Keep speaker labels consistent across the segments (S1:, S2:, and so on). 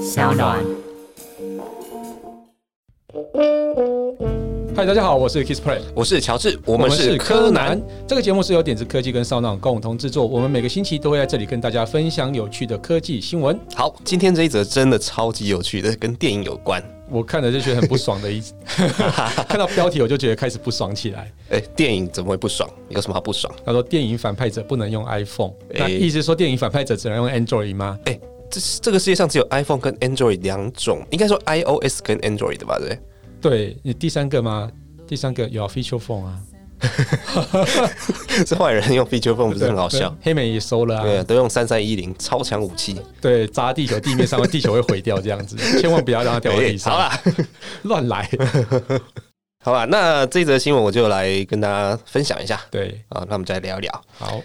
S1: 小暖。
S2: 嗨，大家好，我是 Kiss Play，
S3: 我是乔治，我们是柯南。。
S2: 这个节目是由点子科技跟少浪共同制作，我们每个星期都会在这里跟大家分享有趣的科技新闻。
S3: 好，今天这一则真的超级有趣的，跟电影有关。
S2: 我看了就觉得很不爽的一， 看到标题我就觉得开始不爽起来。
S3: 哎、电影怎么会不爽？有什么好不爽？
S2: 他说电影反派者不能用 iPhone，、那
S3: 诶
S2: 意思说电影反派者只能用 Android 吗？
S3: 哎、这这个世界上只有 iPhone 跟 Android 两种，应该说 iOS 跟 Android 的吧？对不对，
S2: 对你第三个吗？第三个有 feature phone 啊，
S3: 这坏人用 feature phone 不是很好笑
S2: 对？黑莓也收了啊，
S3: 对，都用三三一零超强武器。
S2: 对，砸地球，地面上地球会毁掉，这样子，千万不要让它掉到地
S3: 哎
S2: 上，
S3: 好啦，
S2: 乱来。
S3: 好啦，那这则新闻我就来跟大家分享一下
S2: 对，
S3: 啊，那我们再聊一聊。
S2: 好，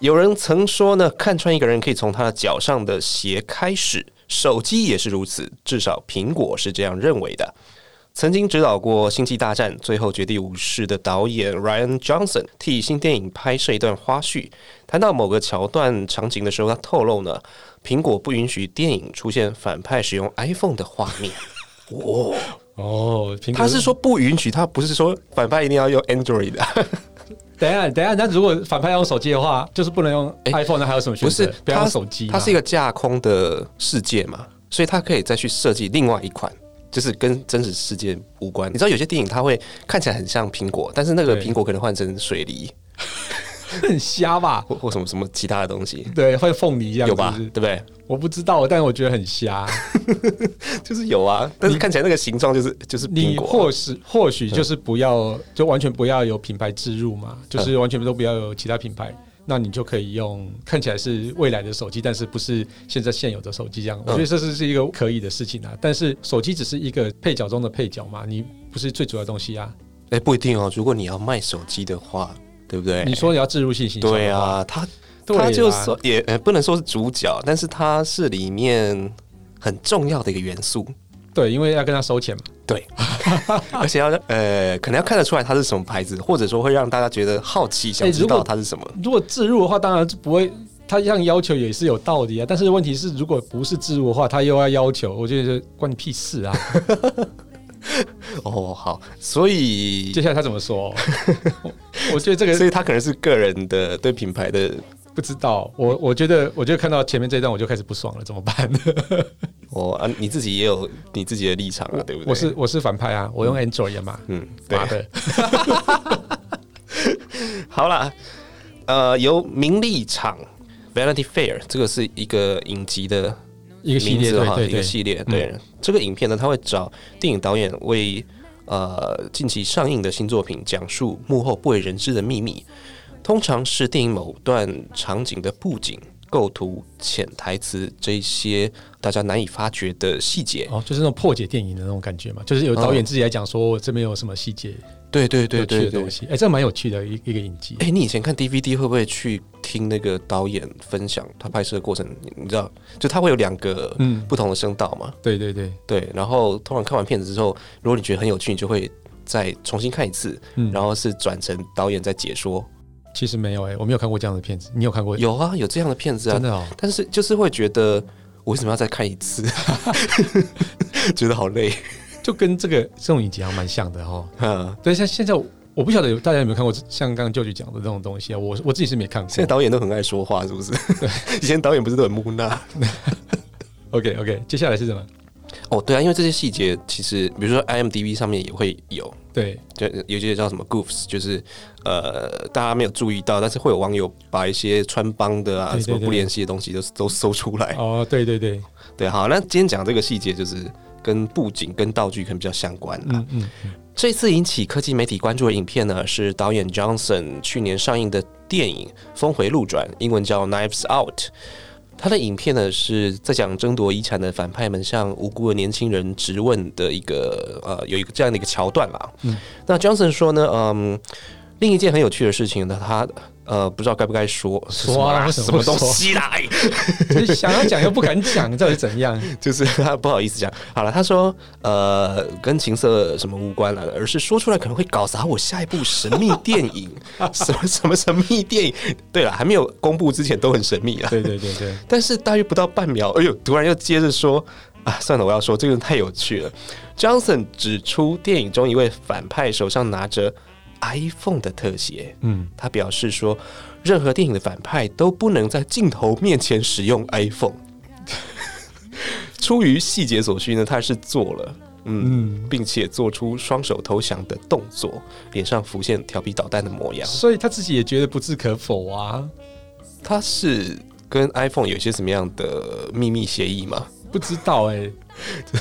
S3: 有人曾说呢，看穿一个人可以从他的脚上的鞋开始，手机也是如此，至少苹果是这样认为的。曾经指导过《星际大战：最后绝地武士》的导演 Ryan Johnson 替新电影拍摄一段花絮，谈到某个桥段场景的时候，他透露呢，苹果不允许电影出现反派使用 iPhone 的画面。
S2: 哦，苹果
S3: 他是说不允许，他不是说反派一定要用 Android 的。
S2: 等一下，等一下，那如果反派要用手机的话，就是不能用
S3: 哎
S2: iPhone，那还有什么选
S3: 不
S2: 择？
S3: 是，
S2: 不要用
S3: 它
S2: 手机嘛，
S3: 它是一个架空的世界嘛，所以它可以再去设计另外一款，就是跟真实世界无关。你知道有些电影它会看起来很像苹果，但是那个
S2: 对
S3: 苹果可能换成水梨
S2: 很瞎吧？
S3: 或或什么什么其他的东西，
S2: 对，会凤梨一样，
S3: 有吧？
S2: 是不
S3: 对
S2: 是
S3: 不对？
S2: 我不知道，但我觉得很瞎。
S3: 就是有啊，但是看起来那个形状就是就是苹
S2: 你
S3: 果啊
S2: 或许或许就是不要，就完全不要有品牌植入嘛，就是完全都不要有其他品牌。那你就可以用看起来是未来的手机，但是不是现在现有的手机这样？我
S3: 嗯
S2: 觉得这是是一个可以的事情啊。但是手机只是一个配角中的配角嘛，你不是最主要的东西啊。
S3: 哎、不一定哦。如果你要卖手机的话，对不对？
S2: 你说你要置入性形象，
S3: 对，啊，它
S2: 对
S3: 它就
S2: 啦
S3: 说也、呃不能说是主角，但是它是里面很重要的一个元素。
S2: 对，因为要跟他收钱嘛。
S3: 对，而且要呃，可能要看得出来它是什么牌子，或者说会让大家觉得好奇，想知
S2: 哎如果
S3: 道它是什么。
S2: 如果置入的话，当然是不会，他这样要求也是有道理啊。但是问题是，如果不是置入的话，他又要要求，我觉得关你屁事 啊。
S3: 哦，好，所以
S2: 接下来他怎么说？ 我我觉得这
S3: 所
S2: 个
S3: 以它可能是个人的对品牌的
S2: 不知道，我我觉得，我就看到前面这一段我就开始不爽了，怎么办？
S3: 哦啊，你自己也有你自己的立场啊，对不对？
S2: 我是我是反派啊，我用 Android 嘛，
S3: 嗯，对
S2: 妈，的，
S3: 好啦，呃，由名利场 Vanity Fair 这个是一个影集的
S2: 一个系列
S3: 名字
S2: 对
S3: 哈，
S2: 对嗯
S3: 一个
S2: 对，
S3: 系列。对、这个影片呢，他会找电影导演为呃近期上映的新作品讲述幕后不为人知的秘密，通常是电影某段场景的布景、构图、潜台词这一些大家难以发掘的细节。
S2: 哦，就是那种破解电影的那种感觉嘛，就是有导演自己来讲说，我这边有什么细节
S3: 对对
S2: 有
S3: 对
S2: 趣
S3: 对
S2: 的
S3: 嗯对
S2: 东。西，哎，这蛮有趣的一一个影集。
S3: 哎、你以前看 DVD 会不会去听那个导演分享他拍摄的过程？你你知道，就他会有两个
S2: 嗯
S3: 不同的声道嘛？
S2: 对对对，
S3: 对，然后通常看完片子之后，如果你觉得很有趣，你就会再重新看一次，
S2: 嗯
S3: 然后是转成导演在解说。
S2: 其实没有哎，我没有看过这样的片子，你有看过？
S3: 有啊，有这样的片子啊
S2: 真，的哦，
S3: 但是就是会觉得我为什么要再看一 次，觉得好累。
S2: 就跟这个这种影集还蛮像的哦。
S3: 嗯
S2: 对，像现在我不晓得有大家有没有看过，像刚刚舅舅讲的这种东西啊，我我自己是没看过。
S3: 现在导演都很爱说话，是不是？ 以前导演不是都很木讷？
S2: OK OK，接下来是什么？
S3: 哦，对啊，因为这些细节其实，比如说 IMDB 上面也会有，
S2: 对，
S3: 就有些叫什么 goofs，就是呃，大家没有注意到，但是会有网友把一些穿帮的啊，
S2: 对对
S3: 什么
S2: 对
S3: 不联系的东西都都搜出来。
S2: 哦，对对对，
S3: 对，好，那今天讲这个细节就是跟布景、跟道具可能比较相关啦。
S2: 嗯嗯，
S3: 这次引起科技媒体关注的影片呢，是导演 Johnson 去年上映的电影《峰回路转》，英文叫《Knives Out》。他的影片呢是在讲争夺遗产的反派们向无辜的年轻人质问的一个呃，有一个这样嗯的一个桥段啦。那 Johnson 说呢，嗯，另一件很有趣的事情呢，他呃，不知道该不该说是
S2: 说啊
S3: 啦
S2: 为什
S3: 什
S2: 么
S3: 么
S2: 不
S3: 东
S2: 说
S3: 西啦，哎
S2: 就是想要讲又不敢讲，到底怎 样？
S3: 就是他不好意思讲。好了，他说呃，跟情色什么无关了，而是说出来可能会搞砸我下一部神秘电影，什么什么神秘电影。对了，还没有公布之前都很神秘啊。
S2: 对对对对，
S3: 但是大约不到半秒，哎呦，突然又接着说啊，算了，我要说这个人太有趣了。Johnson 指出，电影中一位反派手上拿着 iPhone 的特写，
S2: 嗯，
S3: 他表示说，任何电影的反派都不能在镜头面前使用 iPhone。出于细节所需呢，他是做了，嗯，
S2: 嗯
S3: 并且做出双手投降的动作，脸上浮现调皮捣蛋的模样。
S2: 所以他自己也觉得不置可否啊，
S3: 他是跟 iPhone 有一些什么样的秘密协议吗？
S2: 不知道 哎、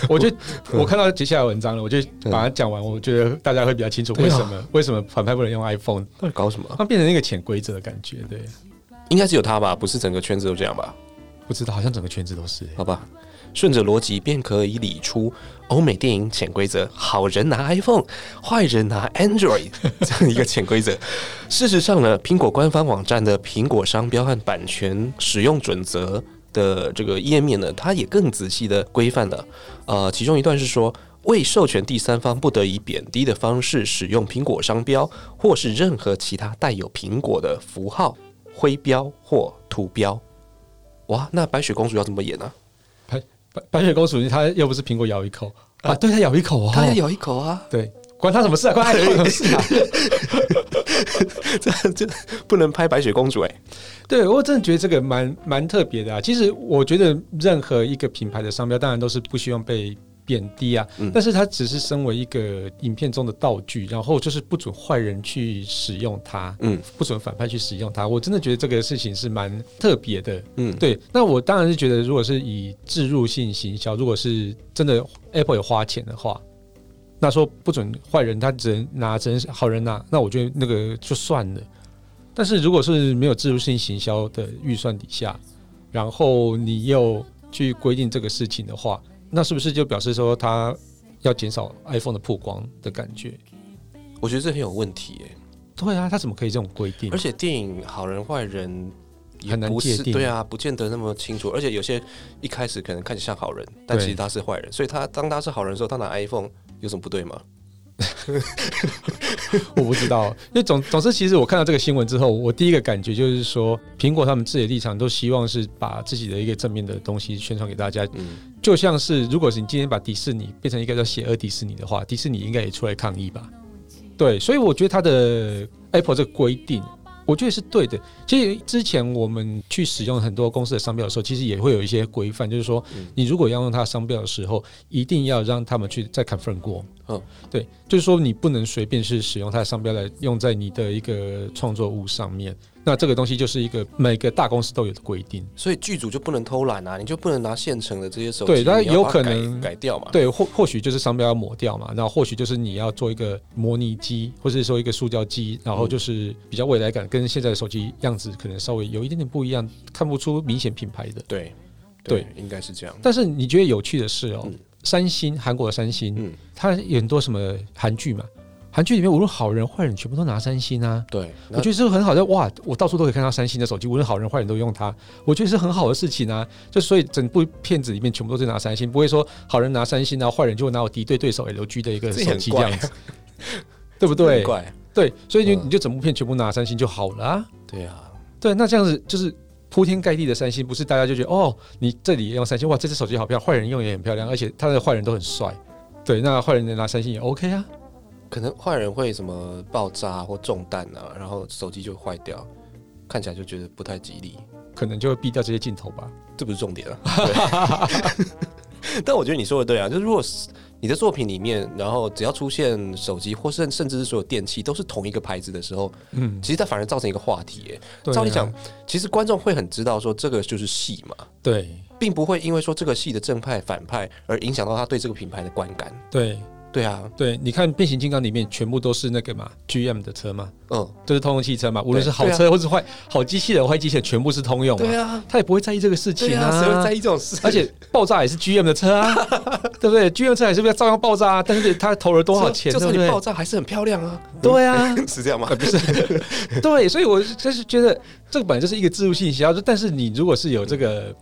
S2: 我就
S3: 嗯
S2: 我看到接下来文章了，我就把它讲完，我觉得大家会比较清楚
S3: 对
S2: 为
S3: 啊
S2: 什么、为什么反派不能用 iPhone，
S3: 到底搞什么？
S2: 它变成一个潜规则的感觉，对，
S3: 应该只有他吧，不是整个圈子都这样吧？
S2: 不知道，好像整个圈子都是、欸
S3: 好吧，顺着逻辑便可以理出欧美电影潜规则：好人拿 iPhone，坏人拿 Android 这样一个潜规则。事实上呢，苹果官方网站的苹果商标和版权使用准则的这个页面呢，它也更仔细的规范了。呃，其中一段是说。未授权第三方不得以贬低的方式使用苹果商标，或是任何其他带有苹果的符号、徽标或图标。哇，那白雪公主要怎么演呢、啊
S2: 白白白雪公主，她又不是苹果咬一口啊，对，她咬一口哦，
S3: 他要咬一口啊，
S2: 对，关她什么事啊？关她什么事啊？
S3: 这这不能拍白雪公主
S2: 欸
S3: 哎、
S2: 对我真的觉得这个蛮蛮特别的啊。其实我觉得任何一个品牌的商标，当然都是不希望被贬低啊，
S3: 嗯
S2: 但是它只是身为一个影片中的道具，然后就是不准坏人去使用它，
S3: 嗯
S2: 不准反派去使用它。我真的觉得这个事情是蛮特别的。
S3: 嗯，
S2: 对，那我当然是觉得，如果是以置入性行销，如果是真的 Apple 有花钱的话，那说不准坏人他只能拿，只能是好人拿，那我觉得那个就算了。但是如果是没有置入性行销的预算底下，然后你又去规定这个事情的话，那是不是就表示说他要减少 iPhone 的曝光的感觉？
S3: 我觉得这很有问题哎、
S2: 对啊，他怎么可以这种规定
S3: 而？且电影好人坏人也
S2: 很难
S3: 不是
S2: 界定
S3: 对啊，不见得那么清楚，而且有些一开始可能看起来像好人，但
S2: 对
S3: 其实他是坏人，所以他当他是好人的时候，他拿 iPhone 有什么不对吗？
S2: 我不知道，因为总总之，其实我看到这个新闻之后，我第一个感觉就是说，苹果他们自己的立场都希望是把自己的一个正面的东西宣传给大家，
S3: 嗯，
S2: 就像是如果是你今天把迪士尼变成一个叫邪恶迪士尼的话，迪士尼应该也出来抗议吧？对，所以我觉得它的 Apple 这个规定。我觉得是对的。其实之前我们去使用很多公司的商标的时候，其实也会有一些规范，就是说
S3: 嗯，
S2: 你如果要用它的商标的时候，一定要让他们去再 confirm 过。
S3: 嗯，
S2: 对，就是说你不能随便是使用它的商标来用在你的一个创作物上面。那这个东西就是一个每个大公司都有的规定。
S3: 所以剧组就不能偷懒啊，你就不能拿现成的这些手机，
S2: 对那
S3: 你要把它
S2: 有可能
S3: 改改掉嘛？，
S2: 对，或或许就是商标要抹掉嘛，然后或许就是你要做一个模拟机，或者是说一个塑胶机，然后就是比较未来感，跟现在的手机样子可能稍微有一点点不一样，看不出明显品牌的。
S3: 对，应该是这样。
S2: 但是你觉得有趣的是哦，
S3: 嗯
S2: 三星韩国的三星，
S3: 嗯，
S2: 它有很多什么韩剧嘛，韩剧里面无论好人坏人全部都拿三星啊。
S3: 对，那
S2: 我觉得是很好的哇！我到处都可以看到三星的手机，无论好人坏人都用它，我觉得是很好的事情啊。就所以整部片子里面全部都是拿三星，不会说好人拿三星，然后坏人就拿我敌对对手 LG 的一个手机这样子，对不
S3: 很
S2: 对？
S3: 怪，
S2: 对，所以你
S3: 嗯
S2: 你就整部片全部拿三星就好了、啊。
S3: 对啊，
S2: 对，那这样子就是铺天盖地的三星，不是大家就觉得哦，你这里也用三星，哇，这只手机好漂亮，坏人用也很漂亮，而且他的坏人都很帅。对，那坏人拿三星也 OK 啊。
S3: 可能坏人会什么爆炸或中弹啊，然后手机就坏掉，看起来就觉得不太吉利。
S2: 可能就会避掉这些镜头吧。
S3: 这不是重点啊。对 但我觉得你说的对啊，就是如果是你的作品里面，然后只要出现手机或甚甚至是所有电器都是同一个牌子的时候，
S2: 嗯，
S3: 其实它反而造成一个话题耶、
S2: 对啊
S3: 照理讲，，其实观众会很知道说这个就是戏嘛，
S2: 对
S3: 并不会因为说这个戏的正派反派而影响到他对这个品牌的观感。
S2: 对，
S3: 对啊，
S2: 对，你看变形金刚里面全部都是那个嘛，GM 的车嘛，
S3: 嗯，
S2: 都是通用汽车嘛，无论是好
S3: 对啊
S2: 车或是坏好机器人、坏机器人，全部是通用
S3: 对
S2: 嘛。
S3: 啊，
S2: 他也不会在意这个事
S3: 对
S2: 情
S3: 啊，
S2: 啊，
S3: 谁会在意这种事？
S2: 而且爆炸也是 GM 的车 啊，对不对？GM 车也是不是照样爆炸啊？但是他投了多少钱，
S3: 就
S2: 对
S3: 算
S2: 不
S3: 你
S2: 对
S3: 爆？炸还是很漂亮啊，
S2: 对啊，
S3: 是这样吗？
S2: 呃，不 是，对，所以我就是觉得这个本来就是一个自入性息啊。但是你如果是有这个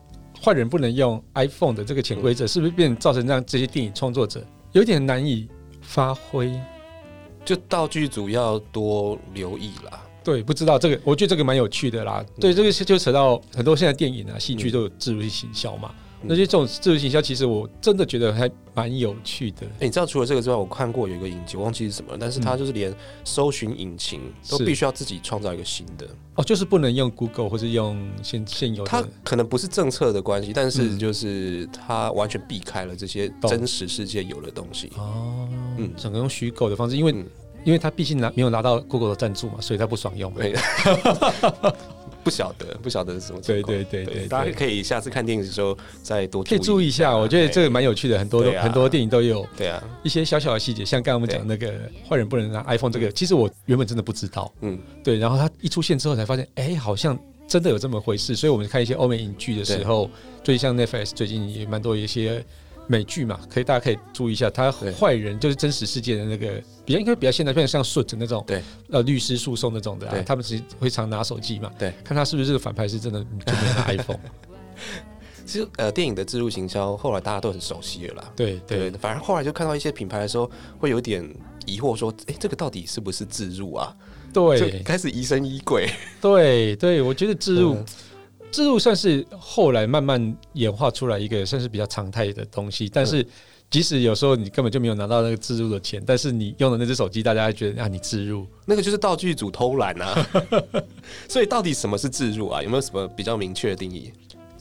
S2: 坏人不能用 iPhone 的这个潜规
S3: 嗯
S2: 则，是不是变造成让这些电影创作者有点难以发挥？
S3: 就道具组要多留意啦。
S2: 对，不知道这个，我觉得这个蛮有趣的啦。
S3: 嗯
S2: 对，这个是就扯到很多现在电影啊、戏剧都有自入性行销嘛。
S3: 嗯
S2: 那些这种自入行销，其实我真的觉得还蛮有趣的。
S3: 欸、你知道除了这个之外，我看过有一个影集，我忘记是什么了，但是它就是连搜寻引擎都
S2: 嗯是
S3: 必须要自己创造一个新的。
S2: 哦，就是不能用 Google 或是用现现有
S3: 它
S2: 的，
S3: 可能不是政策的关系，但是
S2: 嗯
S3: 就是它完全避开了这些
S2: 懂
S3: 真实世界有的东西。
S2: 哦，
S3: 嗯
S2: 整个用虚构的方式，因为、
S3: 嗯
S2: 因为他毕竟拿没有拿到 Google 的赞助嘛，所以他不爽用嘛。
S3: 对， 不晓得，不晓得是什么
S2: 对
S3: 情况。
S2: 对对对，
S3: 大家
S2: 对
S3: 可以下次看电影的时候再多
S2: 可以注
S3: 意。哎
S2: 意一下，我觉得这个蛮有趣的，很多
S3: 对啊
S2: 很多电影都有
S3: 对啊，
S2: 一些小小的细节，像刚刚我们讲那个坏人不能拿 iPhone 这个，其实我原本真的不知道，
S3: 嗯，
S2: 对，然后它一出现之后才发现，哎，好像真的有这么回事。所以我们看一些欧美影剧的时候，最像 Netflix 最近也蛮多一些美剧嘛，可以大家可以注意一下，它
S3: 对
S2: 坏人就是真实世界的那个比较应该比较现代，变像 Suits 那种，
S3: 对，
S2: 呃，律师诉讼那种的、啊
S3: 对，
S2: 他们是会常拿手机嘛，
S3: 对，
S2: 看他是不是这个反派是真的就没有拿 iPhone，
S3: 其实呃，电影的自入行销后来大家都很熟悉了啦。
S2: 对对。
S3: 对，反而后来就看到一些品牌的时候，会有点疑惑，说：“哎、这个到底是不是自入啊？”就
S2: 对
S3: 开始疑神疑鬼。
S2: 对对，我觉得植入
S3: 嗯
S2: 植入算是后来慢慢演化出来一个算是比较常态的东西，但是。即使有时候你根本就没有拿到那个植入的钱，但是你用的那只手机，大家还觉得啊你植入，
S3: 那个就是道具组偷 懒啊。所以到底什么是置入啊？有没有什么比较明确的定义？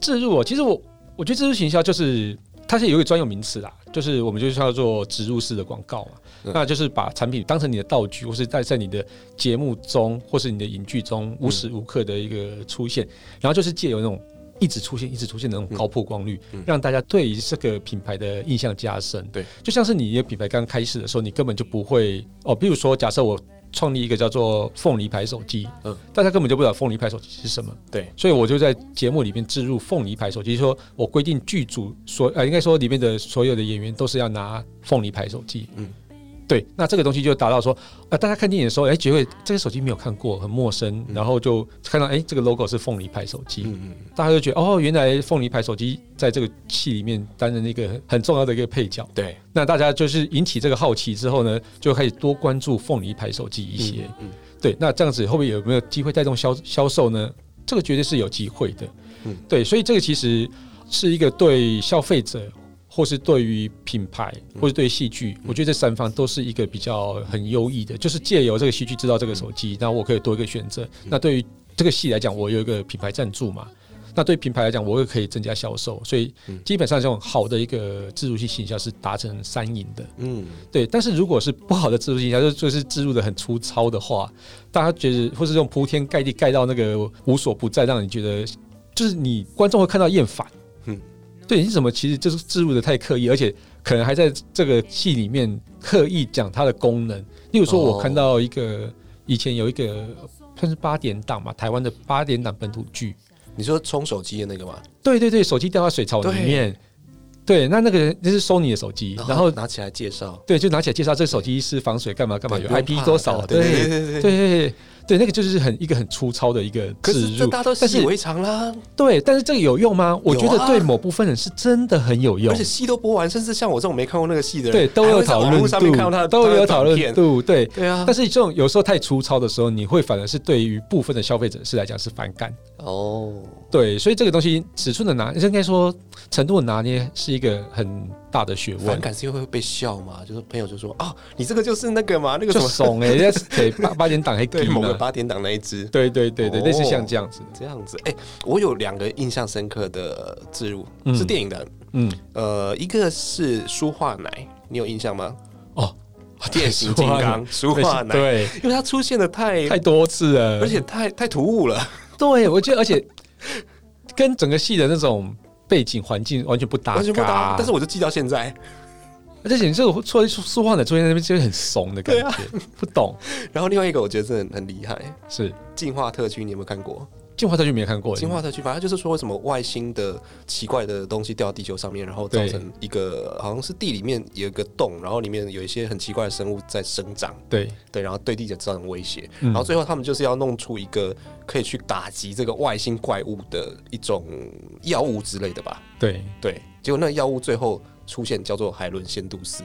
S2: 植入哦。其实我我觉得植入行销就是它是有一个专有名词啦，就是我们就叫做植入式的广告嘛，
S3: 嗯
S2: 那就是把产品当成你的道具，或是在在你的节目中或是你的影剧中无时无刻的一个出现，然后就是借由那种。一直出现、一直出现的那种高曝光率，
S3: 嗯嗯
S2: 让大家对于这个品牌的印象加深。
S3: 对，
S2: 就像是你一个品牌刚开始的时候，你根本就不会哦。比如说，假设我创立一个叫做凤梨牌手机，
S3: 嗯
S2: 嗯，大家根本就不知道凤梨牌手机是什么。
S3: 对，
S2: 所以我就在节目里面置入凤梨牌手机，说我规定剧组所呃，应该说里面的所有的演员都是要拿凤梨牌手机。
S3: 嗯
S2: 嗯，对，那这个东西就达到说，呃，大家看电影的时候，哎、觉得这个手机没有看过，很陌生，然后就看到哎、这个 logo 是凤梨牌手机，
S3: 嗯嗯，
S2: 大家就觉得哦，原来凤梨牌手机在这个戏里面担任一个很很重要的一个配角。
S3: 对，
S2: 那大家就是引起这个好奇之后呢，就开始多关注凤梨牌手机一些。
S3: 嗯
S2: 对，那这样子会不会有没有机会带动销销售呢？这个绝对是有机会的。
S3: 嗯
S2: 嗯，对，所以这个其实是一个对消费者，或是对于品牌，
S3: 嗯
S2: 或是对戏剧，我觉得这三方都是一个比较很优
S3: 嗯
S2: 异的，就是借由这个戏剧知道这个手机，那我可以多一个选择。
S3: 嗯
S2: 那对于这个戏来讲，我有一个品牌赞助嘛。那对品牌来讲，我也可以增加销售，所以
S3: 嗯
S2: 基本上这种好的一个自主性行销是达成三赢的。
S3: 嗯
S2: 对，但是如果是不好的植入性，它就就是植入的很粗糙的话，大家觉得或是这种铺天盖地盖到那个无所不在，让你觉得就是你观众会看到厌烦。
S3: 嗯
S2: 嗯，对，你怎么其实就是植入的太刻意，而且可能还在这个戏里面刻意讲它的功能。例如说，
S3: 哦
S2: 我看到一个、以前有一个算是八点档嘛，台湾的八点档本土剧，
S3: 你说冲手机的那个吗？
S2: 对对对，手机掉到水槽里面。对，那那个人那是 Sony 的手机，
S3: 哦
S2: 然后
S3: 拿起来介绍，
S2: 对，就拿起来介绍这手机是防水干嘛干嘛，
S3: 对
S2: 有
S3: 不用怕
S2: IP 多少，
S3: 对对
S2: 对
S3: 对对
S2: 对
S3: 对。
S2: 对对，那个就是很一个很粗糙的一个
S3: 可
S2: 植
S3: 是这
S2: 入
S3: 大家，都
S2: 但
S3: 习以
S2: 是
S3: 为常啦，
S2: 对，但是这个有用吗？我觉
S3: 有啊
S2: 得对某部分人是真的很有用
S3: 而且，戏都播完，甚至像我这种没看过那个戏的人，
S2: 对，都
S3: 还
S2: 有
S3: 会在
S2: 讨
S3: 网
S2: 论
S3: 络上面看到他
S2: 度，
S3: 的
S2: 都有讨
S3: 他的
S2: 论
S3: 短片
S2: 度，对。
S3: 对啊，
S2: 但是这种有时候太粗糙的时候，你会反而是对于部分的消费者是来讲是反感，
S3: 哦，
S2: 对，所以这个东西尺寸的拿，应该说程度的拿捏是一个很大的学问
S3: 反。感是因为会被笑嘛，就是朋友就说啊，你这个就是那个嘛，那个什
S2: 就
S3: 么
S2: 怂哎，人家给八八点档还给
S3: 对某个
S2: 嘛，
S3: 八点档那一只，
S2: 对对对对，类似像这样子的，
S3: 这样子，哎、我有两个印象深刻的置入、
S2: 嗯
S3: 是电影的，
S2: 嗯。
S3: 呃，一个是舒化奶，你有印象吗？
S2: 哦，
S3: 变形金刚舒化 奶，
S2: 对，
S3: 因为它出现的太，
S2: 太多次了，
S3: 而且太太突兀了，
S2: 对我觉得，而且跟整个戏的那种背景环境完全不搭嘎，
S3: 完全不搭。但是我就记到现在，
S2: 而且你这个做塑化奶坐在那边就会很怂的感觉，
S3: 啊
S2: 不懂
S3: 然后另外一个我觉得真的很厉害，
S2: 是
S3: 进化特区你有没有看过？
S2: 进化特区没看过，
S3: 进化特区反正就是说什么外星的奇怪的东西掉到地球上面，然后造成一个好像是地里面有一个洞，然后里面有一些很奇怪的生物在生长，
S2: 对，
S3: 对，然后对地球造成威胁，
S2: 嗯
S3: 然后最后他们就是要弄出一个可以去打击这个外星怪物的一种药物之类的吧？
S2: 对，
S3: 对，结果那个药物最后出现叫做海伦仙度斯，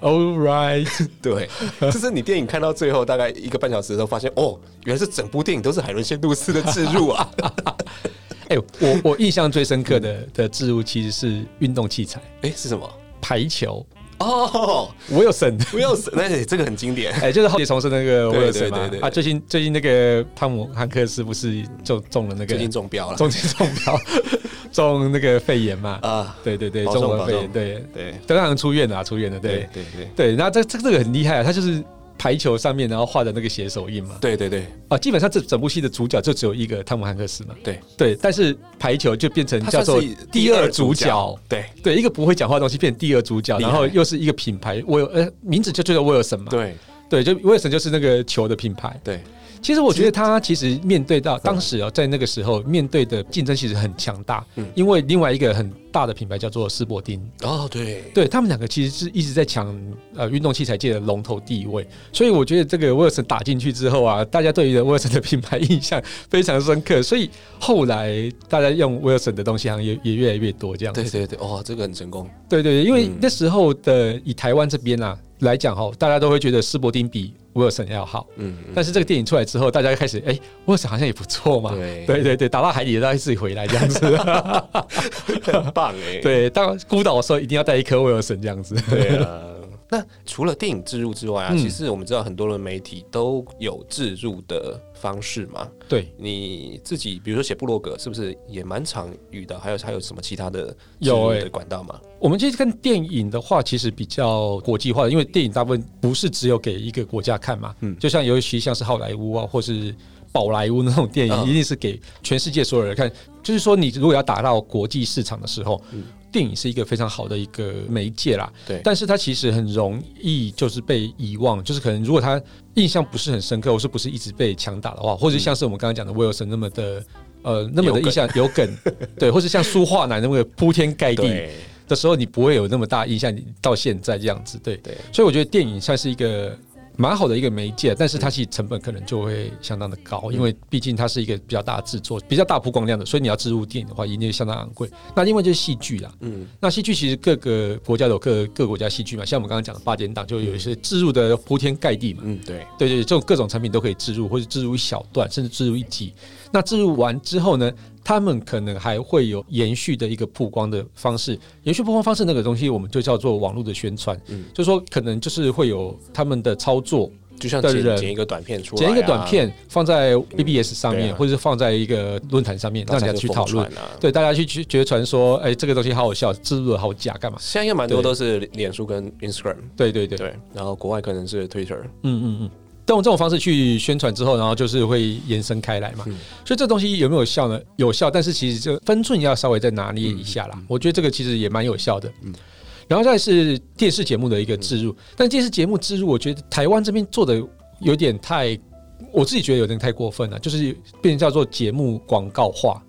S2: All right，
S3: 对， 就是你电影看到最后大概一个半小时的时候，发现哦，原来是整部电影都是海伦仙度斯的置入啊！
S2: 哎、我我印象最深刻的的置入其实是运动器材
S3: 哎、是什么？
S2: 排球，
S3: 哦，
S2: 我有省的。
S3: 不要死，那、哎这个很经典。
S2: 哎、就是《后街重生》那个我
S3: 对
S2: 有神
S3: 对
S2: 嘛
S3: 对对
S2: 啊！
S3: 对
S2: 最近最近那个汤姆汉克斯不是就中了那个
S3: 最近中标了
S2: 中间中标 中那个肺炎嘛？
S3: 啊！
S2: 对对对，
S3: 保重
S2: 中了
S3: 保
S2: 肺
S3: 重
S2: 炎，对，
S3: 对
S2: 当然出院了、啊，出院了，对
S3: 对对
S2: 对。那这这这个很厉害啊，他就是排球上面然后画的那个血手印嘛。
S3: 对对对
S2: 啊，基本上这整部戏的主角就只有一个汤姆汉克斯嘛。
S3: 对，
S2: 对，但是排球就变成
S3: 他
S2: 嗯叫
S3: 算
S2: 做
S3: 是
S2: 第二主角。
S3: 对
S2: 对，一个不会讲话的东西变第二主角，
S3: 厉害
S2: 然后又是一个品牌，我有呃名字就叫做威尔森嘛。
S3: 对
S2: 对，就威尔森就是那个球的品牌。
S3: 对，
S2: 其实我觉得他其实面对
S3: 嗯
S2: 到当时啊，在那个时候面对的竞争其实很强大，
S3: 嗯
S2: 因为另外一个很大的品牌叫做斯伯丁，
S3: 哦对
S2: 对他们两个其实是一直在抢呃运动器材界的龙头地位，所以我觉得这个威尔森打进去之后啊，大家对于威尔森的品牌印象非常深刻，所以后来大家用威尔森的东西好像也也越来越多这样子。
S3: 对对对，哦，这个很成功。
S2: 对对对，因为
S3: 嗯
S2: 那时候的以台湾这边啊来讲哈，大家都会觉得斯伯丁比威尔森要好。
S3: 嗯，嗯
S2: 但是这个电影出来之后，大家开始哎，威尔森好像也不错嘛。
S3: 对
S2: 对对对，打到海底的大家自己回来这样 子。
S3: 很棒哎。
S2: 对，当孤岛的时候一定要带一颗威尔森这样子。
S3: 对啊。 那除了电影植入之外啊，
S2: 嗯
S3: 其实我们知道很多的媒体都有植入的方式嘛。
S2: 对，
S3: 你自己比如说写部落格，是不是也蛮常遇到？还有还有什么其他的植
S2: 有
S3: 入
S2: 欸
S3: 的管道吗？
S2: 我们其实看电影的话，其实比较国际化的，因为电影大部分不是只有给一个国家看嘛。
S3: 嗯
S2: 就像尤其像是好莱坞啊，或是宝莱坞那种电影，
S3: 嗯
S2: 一定是给全世界所有人看。就是说，你如果要打到国际市场的时候，
S3: 嗯
S2: 电影是一个非常好的一个媒介啦。
S3: 对
S2: 但是它其实很容易就是被遗忘，就是可能如果他印象不是很深刻，或是不是一直被强打的话，或者像是我们刚刚讲的威尔森那么的呃那么的印象有梗，对，或是像舒化奶那么铺天盖地
S3: 对
S2: 的时候，你不会有那么大印象，你到现在这样子，对，
S3: 对，
S2: 所以我觉得电影算是一个。蛮好的一个媒介，但是它其实成本可能就会相当的高，因为毕竟它是一个比较大的制作、比较大曝光量的，所以你要植入电影的话，一定相当昂贵。那另外就是戏剧啦，
S3: 嗯，
S2: 那戏剧其实各个国家都有各各国家戏剧嘛，像我们刚刚讲的八点档，就有一些置入的铺天盖地嘛。
S3: 嗯，对，
S2: 对对，对这种各种产品都可以置入，或者置入一小段，甚至置入一集。那置入完之后呢，他们可能还会有延续的一个曝光的方式，延续曝光方式那个东西，我们就叫做网络的宣传。
S3: 嗯
S2: 就说可能就是会有他们的操作，
S3: 就像
S2: 的
S3: 剪
S2: 人
S3: 剪一个短片出来、啊，
S2: 剪一个短，片放在 BBS 上
S3: 对
S2: 面，
S3: 啊
S2: 或者是放在一个论坛上面，让大
S3: 大家
S2: 家去讨论。
S3: 啊。
S2: 对，大家去去决传说，哎，这个东西好好笑，置入的好假，干嘛？
S3: 现在应该蛮多
S2: 对
S3: 都是脸书跟 Instagram，
S2: 对对对，
S3: 对，然后国外可能是 Twitter，
S2: 嗯嗯嗯，但用这种方式去宣传之后，然后就是会延伸开来嘛。
S3: 嗯
S2: 所以这东西有没有效呢？有效，但是其实这分寸要稍微再拿捏一下啦。我觉得这个其实也蛮有效的。嗯。然后再是电视节目的一个置入，但电视节目置入，我觉得台湾这边做的有点太，我自己觉得有点太过分了，就是变成叫做节目广告化，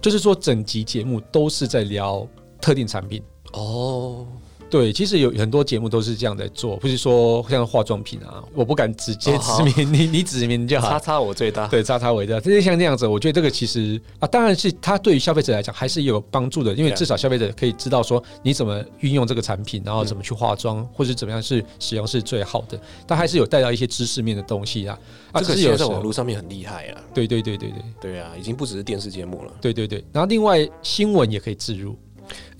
S2: 就是说整集节目都是在聊特定产品。
S3: 哦，
S2: 对，其实有很多节目都是这样在做，不是说像化妆品啊，我不敢直接指
S3: 哦好
S2: 名，你你指名就
S3: 叉
S2: 好。
S3: 叉我最大，
S2: 对，扎他为的，就是像那样子，我觉得这个其实啊，当然是它对于消费者来讲还是有帮助的，因为
S3: 对啊
S2: 至少消费者可以知道说你怎么运用这个产品，然
S3: 嗯
S2: 后怎么去化妆，或是怎么样是使用是最好的。但还是有带到一些知识面的东西啊，啊，
S3: 这个
S2: 只是有时
S3: 现在在
S2: 候
S3: 网络上面很厉害啊，
S2: 对对对对对
S3: 对啊，已经不只是电视节目了，
S2: 对对对。然后另外新闻也可以置入，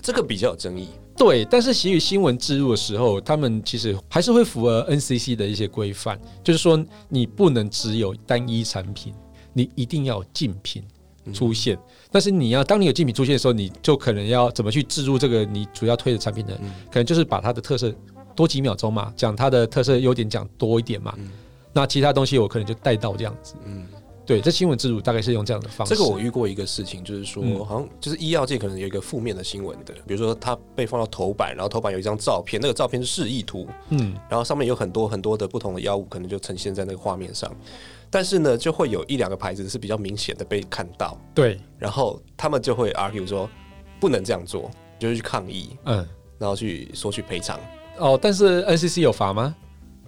S3: 这个比较有争议，
S2: 对，但是其实新闻置入的时候，他们其实还是会符合 NCC 的一些规范，就是说你不能只有单一产品，你一定要有竞品出现。但是你要当你有竞品出现的时候，你就可能要怎么去置入这个你主要推的产品呢？
S3: 嗯
S2: 可能就是把它的特色多几秒钟嘛，讲它的特色优点讲多一点嘛。那其他东西我可能就带到这样子。
S3: 嗯，
S2: 对，这新闻自主大哦概是用这样的方式。
S3: 这个我遇过一个事情，就是说，
S2: 嗯
S3: 好像就是医药界可能有一个负面的新闻的，比如说它被放到头版，然后头版有一张照片，那个照片是示意图，
S2: 嗯，
S3: 然后上面有很多很多的不同的药物，可能就呈现在那个画面上。但是呢，就会有一两个牌子是比较明显的被看到，
S2: 对，
S3: 然后他们就会 argue 说不能这样做，就是去抗议，
S2: 嗯，
S3: 然后去索取赔偿。
S2: 哦，但是 NCC 有罚吗？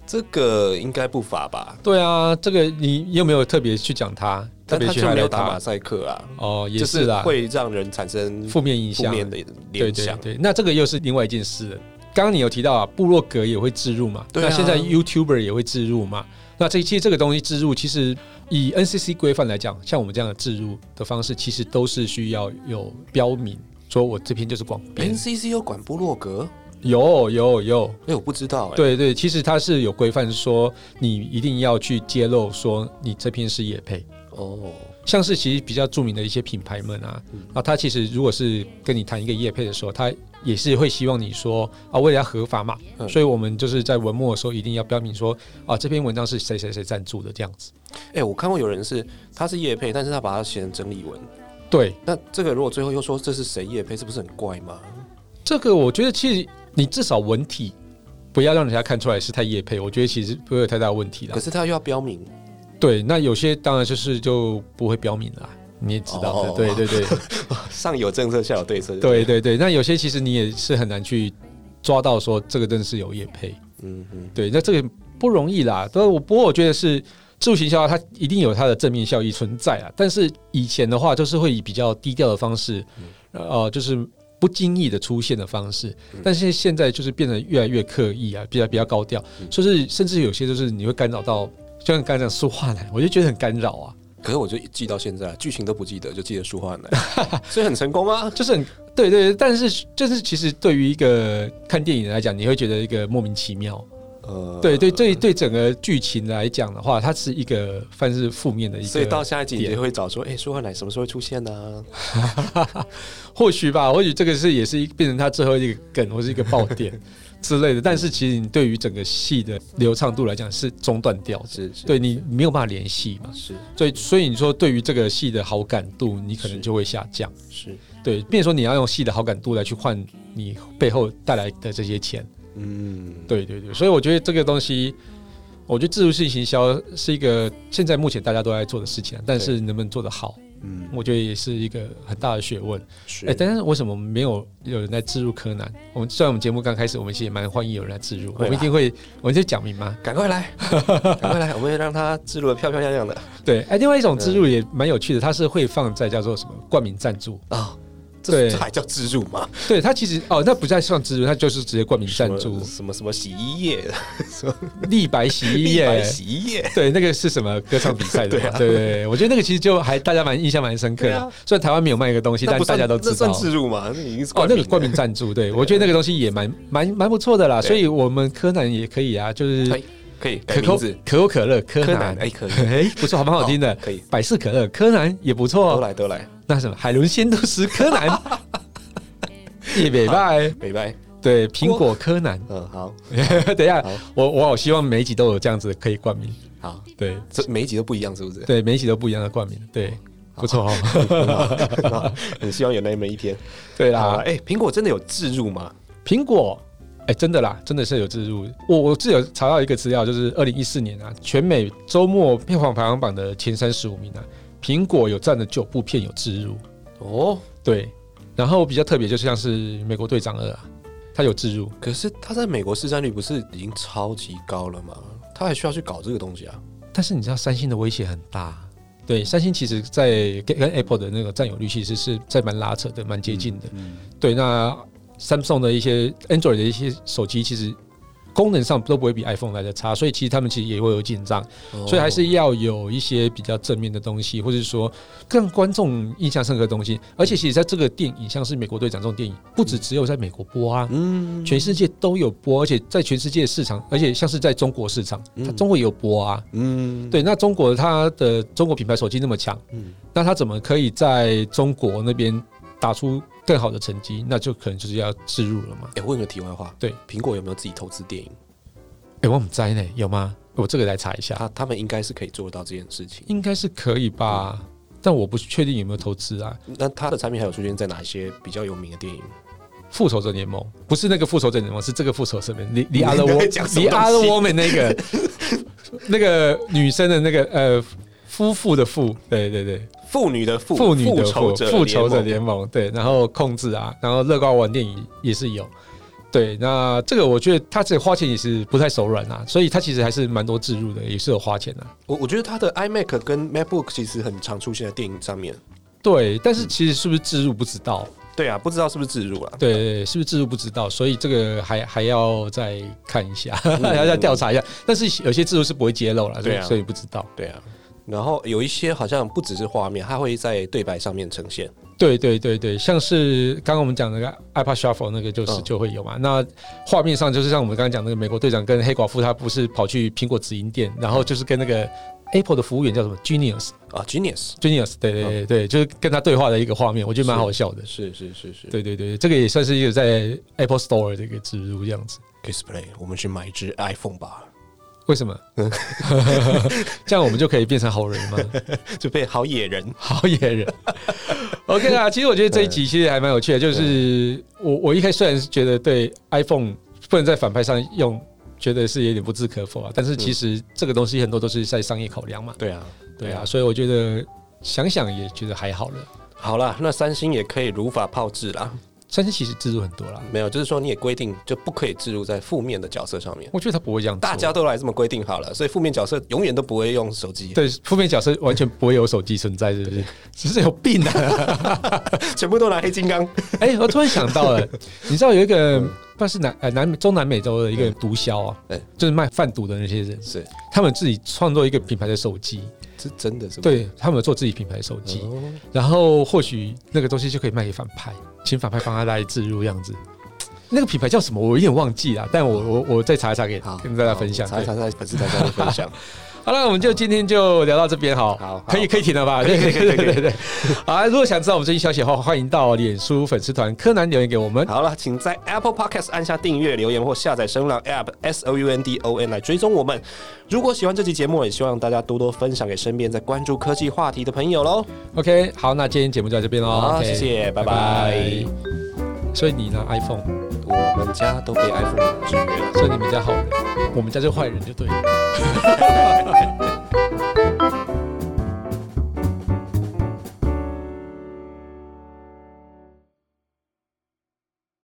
S3: 这个应该不罚吧？
S2: 对啊，这个你有没有特别去讲它？特
S3: 但
S2: 别
S3: 他
S2: 去
S3: 就没有
S2: highlight
S3: 打马
S2: 它？
S3: 赛克啊，
S2: 哦，也
S3: 就是
S2: 啦，
S3: 会让人产生
S2: 负面影
S3: 负
S2: 响，
S3: 面的
S2: 对
S3: 联
S2: 对
S3: 想。
S2: 对，那这个又是另外一件事了。刚刚你有提到啊，部落格也会置入嘛，
S3: 对啊
S2: 那现在 YouTuber 也会置入嘛。那这其实这个东西置入，其实以 NCC 规范来讲，像我们这样的置入的方式，其实都是需要有标明，说我这篇就是广编。
S3: NCC 有管部落格？
S2: 有有有，
S3: 哎、我不知道、哎，
S2: 对对，其实它是有规范说，你一定要去揭露说你这篇是业配。
S3: 哦，
S2: 像是其实比较著名的一些品牌们啊，
S3: 嗯
S2: 啊，他其实如果是跟你谈一个业配的时候，他也是会希望你说啊，为了要合法嘛，
S3: 嗯
S2: 所以我们就是在文末的时候一定要标明说啊，这篇文章是谁谁谁赞助的这样子。
S3: 哎、我看过有人是他是叶配，但是他把它写成整理文。
S2: 对，
S3: 那这个如果最后又说这是谁叶配，这不是很怪吗？
S2: 这个我觉得其实你至少文体不要让人家看出来是太业配，我觉得其实不会有太大的问题
S3: 可
S2: 啦。
S3: 是他又要 标明，
S2: 对，那有些当然就是就不会标明啦。你也知道的，
S3: 哦
S2: 对对对
S3: 上有政策，下有对策。
S2: 对，对对。那有些其实你也是很难去抓到说这个真的是有业配，
S3: 嗯嗯，
S2: 对，那这个不容易啦。但我不过我觉得是自助行销，它一定有它的正面效益存在啊。但是以前的话，就是会以比较低调的方式，呃，就是不经意的出现的方式。但是现在就是变得越来越刻意啊，比较比较高调，甚至甚至有些就是你会干扰到，就像刚才讲说话呢，我就觉得很干扰啊，
S3: 可是我就记到现在，剧情都不记得，就记得舒 化奶，所以很成功啊。
S2: 就是很对对对。但是就是其实对于一个看电影来讲，你会觉得一个莫名其妙。
S3: 呃，
S2: 对对，对对，整个剧情来讲的话，它是一个算是负面的一个，
S3: 所以到下一集你就会找说，哎、舒化奶什么时候会出现啊呢、
S2: 或许吧，或许这个是也是一变成它最后一个梗或是一个爆 点之类的。但是其实你对于整个戏的流畅度来讲是中断掉的，
S3: 是是
S2: 对你没有办法联系嘛，
S3: 是
S2: 所以所以你说对于这个戏的好感度，你可能就会下降。
S3: 是，
S2: 对，变成说你要用戏的好感度来去换你背后带来的这些钱。
S3: 嗯，
S2: 对对对，所以我觉得这个东西，我觉得自助性行销是一个现在目前大家都在做的事情啊，但是能不能做得好，
S3: 嗯
S2: 我觉得也是一个很大的学问。
S3: 是。
S2: 哎、但是为什么没有有人来置入柯南？我们虽然我们节目刚开始，我们其实也蛮欢迎有人来置入，我
S3: 会啦
S2: 们一定会，我们就讲明嘛。
S3: 赶快 来，赶快来！我们会让它记录的漂漂亮亮的
S2: 对，哎、另外一种置入也蛮有趣的，它是会放在叫做什么冠名赞助，
S3: 啊！这
S2: 对
S3: 这还叫自助吗？
S2: 对，它其实哦，那不再算置入，它就是直接冠名赞助
S3: 什么什么洗衣液，
S2: 立白洗衣
S3: 立白
S2: 液。
S3: 洗衣液，
S2: 对，那个是什么歌唱比赛的嘛？
S3: 对啊
S2: 对对对，我觉得那个其实就还大家蛮印象蛮深刻
S3: 对
S2: 的
S3: 啊。
S2: 虽然台湾没有卖一个东西，
S3: 那
S2: 但
S3: 不
S2: 大
S3: 算
S2: 家都
S3: 那
S2: 知
S3: 算
S2: 道。
S3: 自助吗？那已经是
S2: 哦，那个冠
S3: 名
S2: 名
S3: 了
S2: 赞助，对我觉得那个东西也蛮蛮蛮不错的啦。
S3: 对
S2: 所以我们柯南也可以啊，就是
S3: 可以哎可以改
S2: 可
S3: 名
S2: 口
S3: 字，
S2: 可口可乐柯
S3: 柯
S2: 南
S3: 南，哎，可以
S2: 哎，不错，还蛮好听的
S3: 哦。可以
S2: 百事可乐柯南也不
S3: 都
S2: 错，
S3: 来都来，
S2: 那什么海伦仙度斯柯南 也北拜，
S3: 拜拜。
S2: 对苹果柯南。
S3: 嗯，好
S2: 等一下
S3: 好，
S2: 我我好希望每一集都有这样子可以冠名，
S3: 好，
S2: 对
S3: 这每一集都不一样，是不 是？
S2: 对，每一集都不一样的冠名，对，不错哦。
S3: 很好很啊好很希望有那么一天。
S2: 对啊
S3: 好
S2: 啦
S3: 了，，哎，苹果真的有自助吗？
S2: 苹果，哎、真的啦，真的是有置入。我我自己有查到一个资料，就是二零一四年啊，全美周末票房排行榜的前三十五名啊，苹果有占了九部片有置入。
S3: 哦，
S2: 对，然后比较特别就是像是《美国队长二》啊，它有置入。
S3: 可是它在美国市占率不是已经超级高了吗？它还需要去搞这个东西啊？
S2: 但是你知道三星的威胁很大。对，三星其实在跟跟 Apple 的那个占有率其实是在蛮拉扯的，蛮接近的。对，那 Samsung 的一些 Android 的一些手机其实功能上都不会比 iPhone 来的差，所以其实他们其实也会有紧张。所以还是要有一些比较正面的东西，或者说让观众印象深刻的东西。而且，其实在这个电影，像是《美国队长》这种电影，不止只有在美国播啊，
S3: 嗯
S2: 全世界都有播，而且在全世界市场，而且像是在中国市场，它中国也有播啊。
S3: 嗯，
S2: 对，那中国它的中国品牌手机那么强，
S3: 嗯
S2: 那它怎么可以在中国那边打出更好的成绩？那就可能就是要置入了嘛。
S3: 哎、问个题外话，
S2: 对，
S3: 苹果有没有自己投资电影？
S2: 哎、我们在呢，有吗？我这个来查一下，
S3: 他他们应该是可以做到这件事情。
S2: 应该是可以吧？但我不确定有没有投资啊。
S3: 那他的产品还有出现在哪一些比较有名的电影？
S2: 复仇者联盟不是那个复仇者联盟，是这个复仇者联盟。The
S3: 你
S2: The
S3: 在
S2: Other Wo-
S3: 讲什
S2: The
S3: 么东
S2: Other
S3: 西
S2: Woman 那个 那个女生的那个呃夫妇的妇，对对对，
S3: 妇女的妇，
S2: 妇女的
S3: 复仇
S2: 复
S3: 者
S2: 复仇者
S3: 联
S2: 联盟，对，然后控制啊，然后乐高玩电影也是有。对，那这个我觉得他这花钱也是不太手软啊，所以他其实还是蛮多置入的，也是有花钱的、啊。
S3: 我我觉得他的 iMac 跟 MacBook 其实很常出现在电影上面。
S2: 对，但
S3: 嗯
S2: 是其实是不是置入不知道，
S3: 对啊，不知道是不是植入啊？
S2: 对对，对是不是置入不知道，所以这个还还要再看一下， 还要再调查一下。但是有些置入是不会揭露了，所
S3: 嗯对
S2: 以
S3: 啊
S2: 所以不知道。
S3: 对啊。然后有一些好像不只是画面，它会在对白上面呈现。
S2: 对对对对，像是刚刚我们讲那个 iPad Shuffle 那个就是、
S3: 嗯
S2: 就会有嘛。那画面上就是像我们刚刚讲那个美国队长跟黑寡妇，他不是跑去苹果直营店，然后就是跟那个 Apple 的服务员叫什么 Genius
S3: 啊，Genius
S2: Genius，对对对对，就是跟他对话的一个画面，我觉得蛮好笑的。
S3: 嗯是是是是
S2: 对对对，这个也算是一个在 Apple Store 的一个植入这样子。
S3: ，Kiss Play，我们去买一只 iPhone 吧，
S2: 为什么？ 这样我们就可以变成好人吗？
S3: 就被好野人。
S2: 好野人。OK 啊，其实我觉得这一集其实还蛮有趣的，就是我我一开始虽然是觉得对 iPhone 不能在反派上用，觉得是有点不置可否啊，但是其实这个东西很多都是在商业考量嘛，
S3: 对啊，
S2: 对啊，。所以我觉得想想也觉得还好了。
S3: 好啦，那三星也可以如法炮制啦。
S2: 三星其实制度很多啦，
S3: 没有，就是说你也规定就不可以置入在负面的角色上面。
S2: 我觉得他不会这样做，
S3: 大家都来这么规定好了，所以负面角色永远都不会用手机，
S2: 对负面角色完全不会有手机存在，是不是？只是有病 啊！
S3: 全部都拿黑金刚。
S2: 哎、我突然想到
S3: 嗯
S2: 了，你知道有一个不知道是南呃南中南美洲的一个毒枭啊，
S3: 嗯
S2: 就是卖贩毒的那些人，
S3: 是，
S2: 他们自己创作一个品牌的手机，
S3: 这真的是
S2: 对他们有做自己品牌的手机，
S3: 哦
S2: 然后或许那个东西就可以卖给反派，请反派帮他来置入这样子。那个品牌叫什么？我有点忘记了，但我我我再查一查给
S3: 好，
S2: 跟大家分享。
S3: 好
S2: 对
S3: 查查粉丝大家的分享。
S2: 好了，我们就今天就聊到这边好，
S3: 好好
S2: 可以可以停了吧？
S3: 可以可以可以可以
S2: 对对。好啊，如果想知道我们最新消息的话，欢迎到脸书粉丝团柯南留言给我们。
S3: 好了，请在 Apple Podcast 按下订阅、留言或下载声浪 App S O U N D O N 来追踪我们。如果喜欢这期节目，也希望大家多多分享给身边在关注科技话题的朋友喽。
S2: OK，好，那今天节目就到这边喽。
S3: 好
S2: OK，
S3: 谢谢拜拜
S2: 所以你拿 iPhone，
S3: 我们家都被 iPhone 制约了。
S2: 所以你们家好人，我们家就坏人就对了。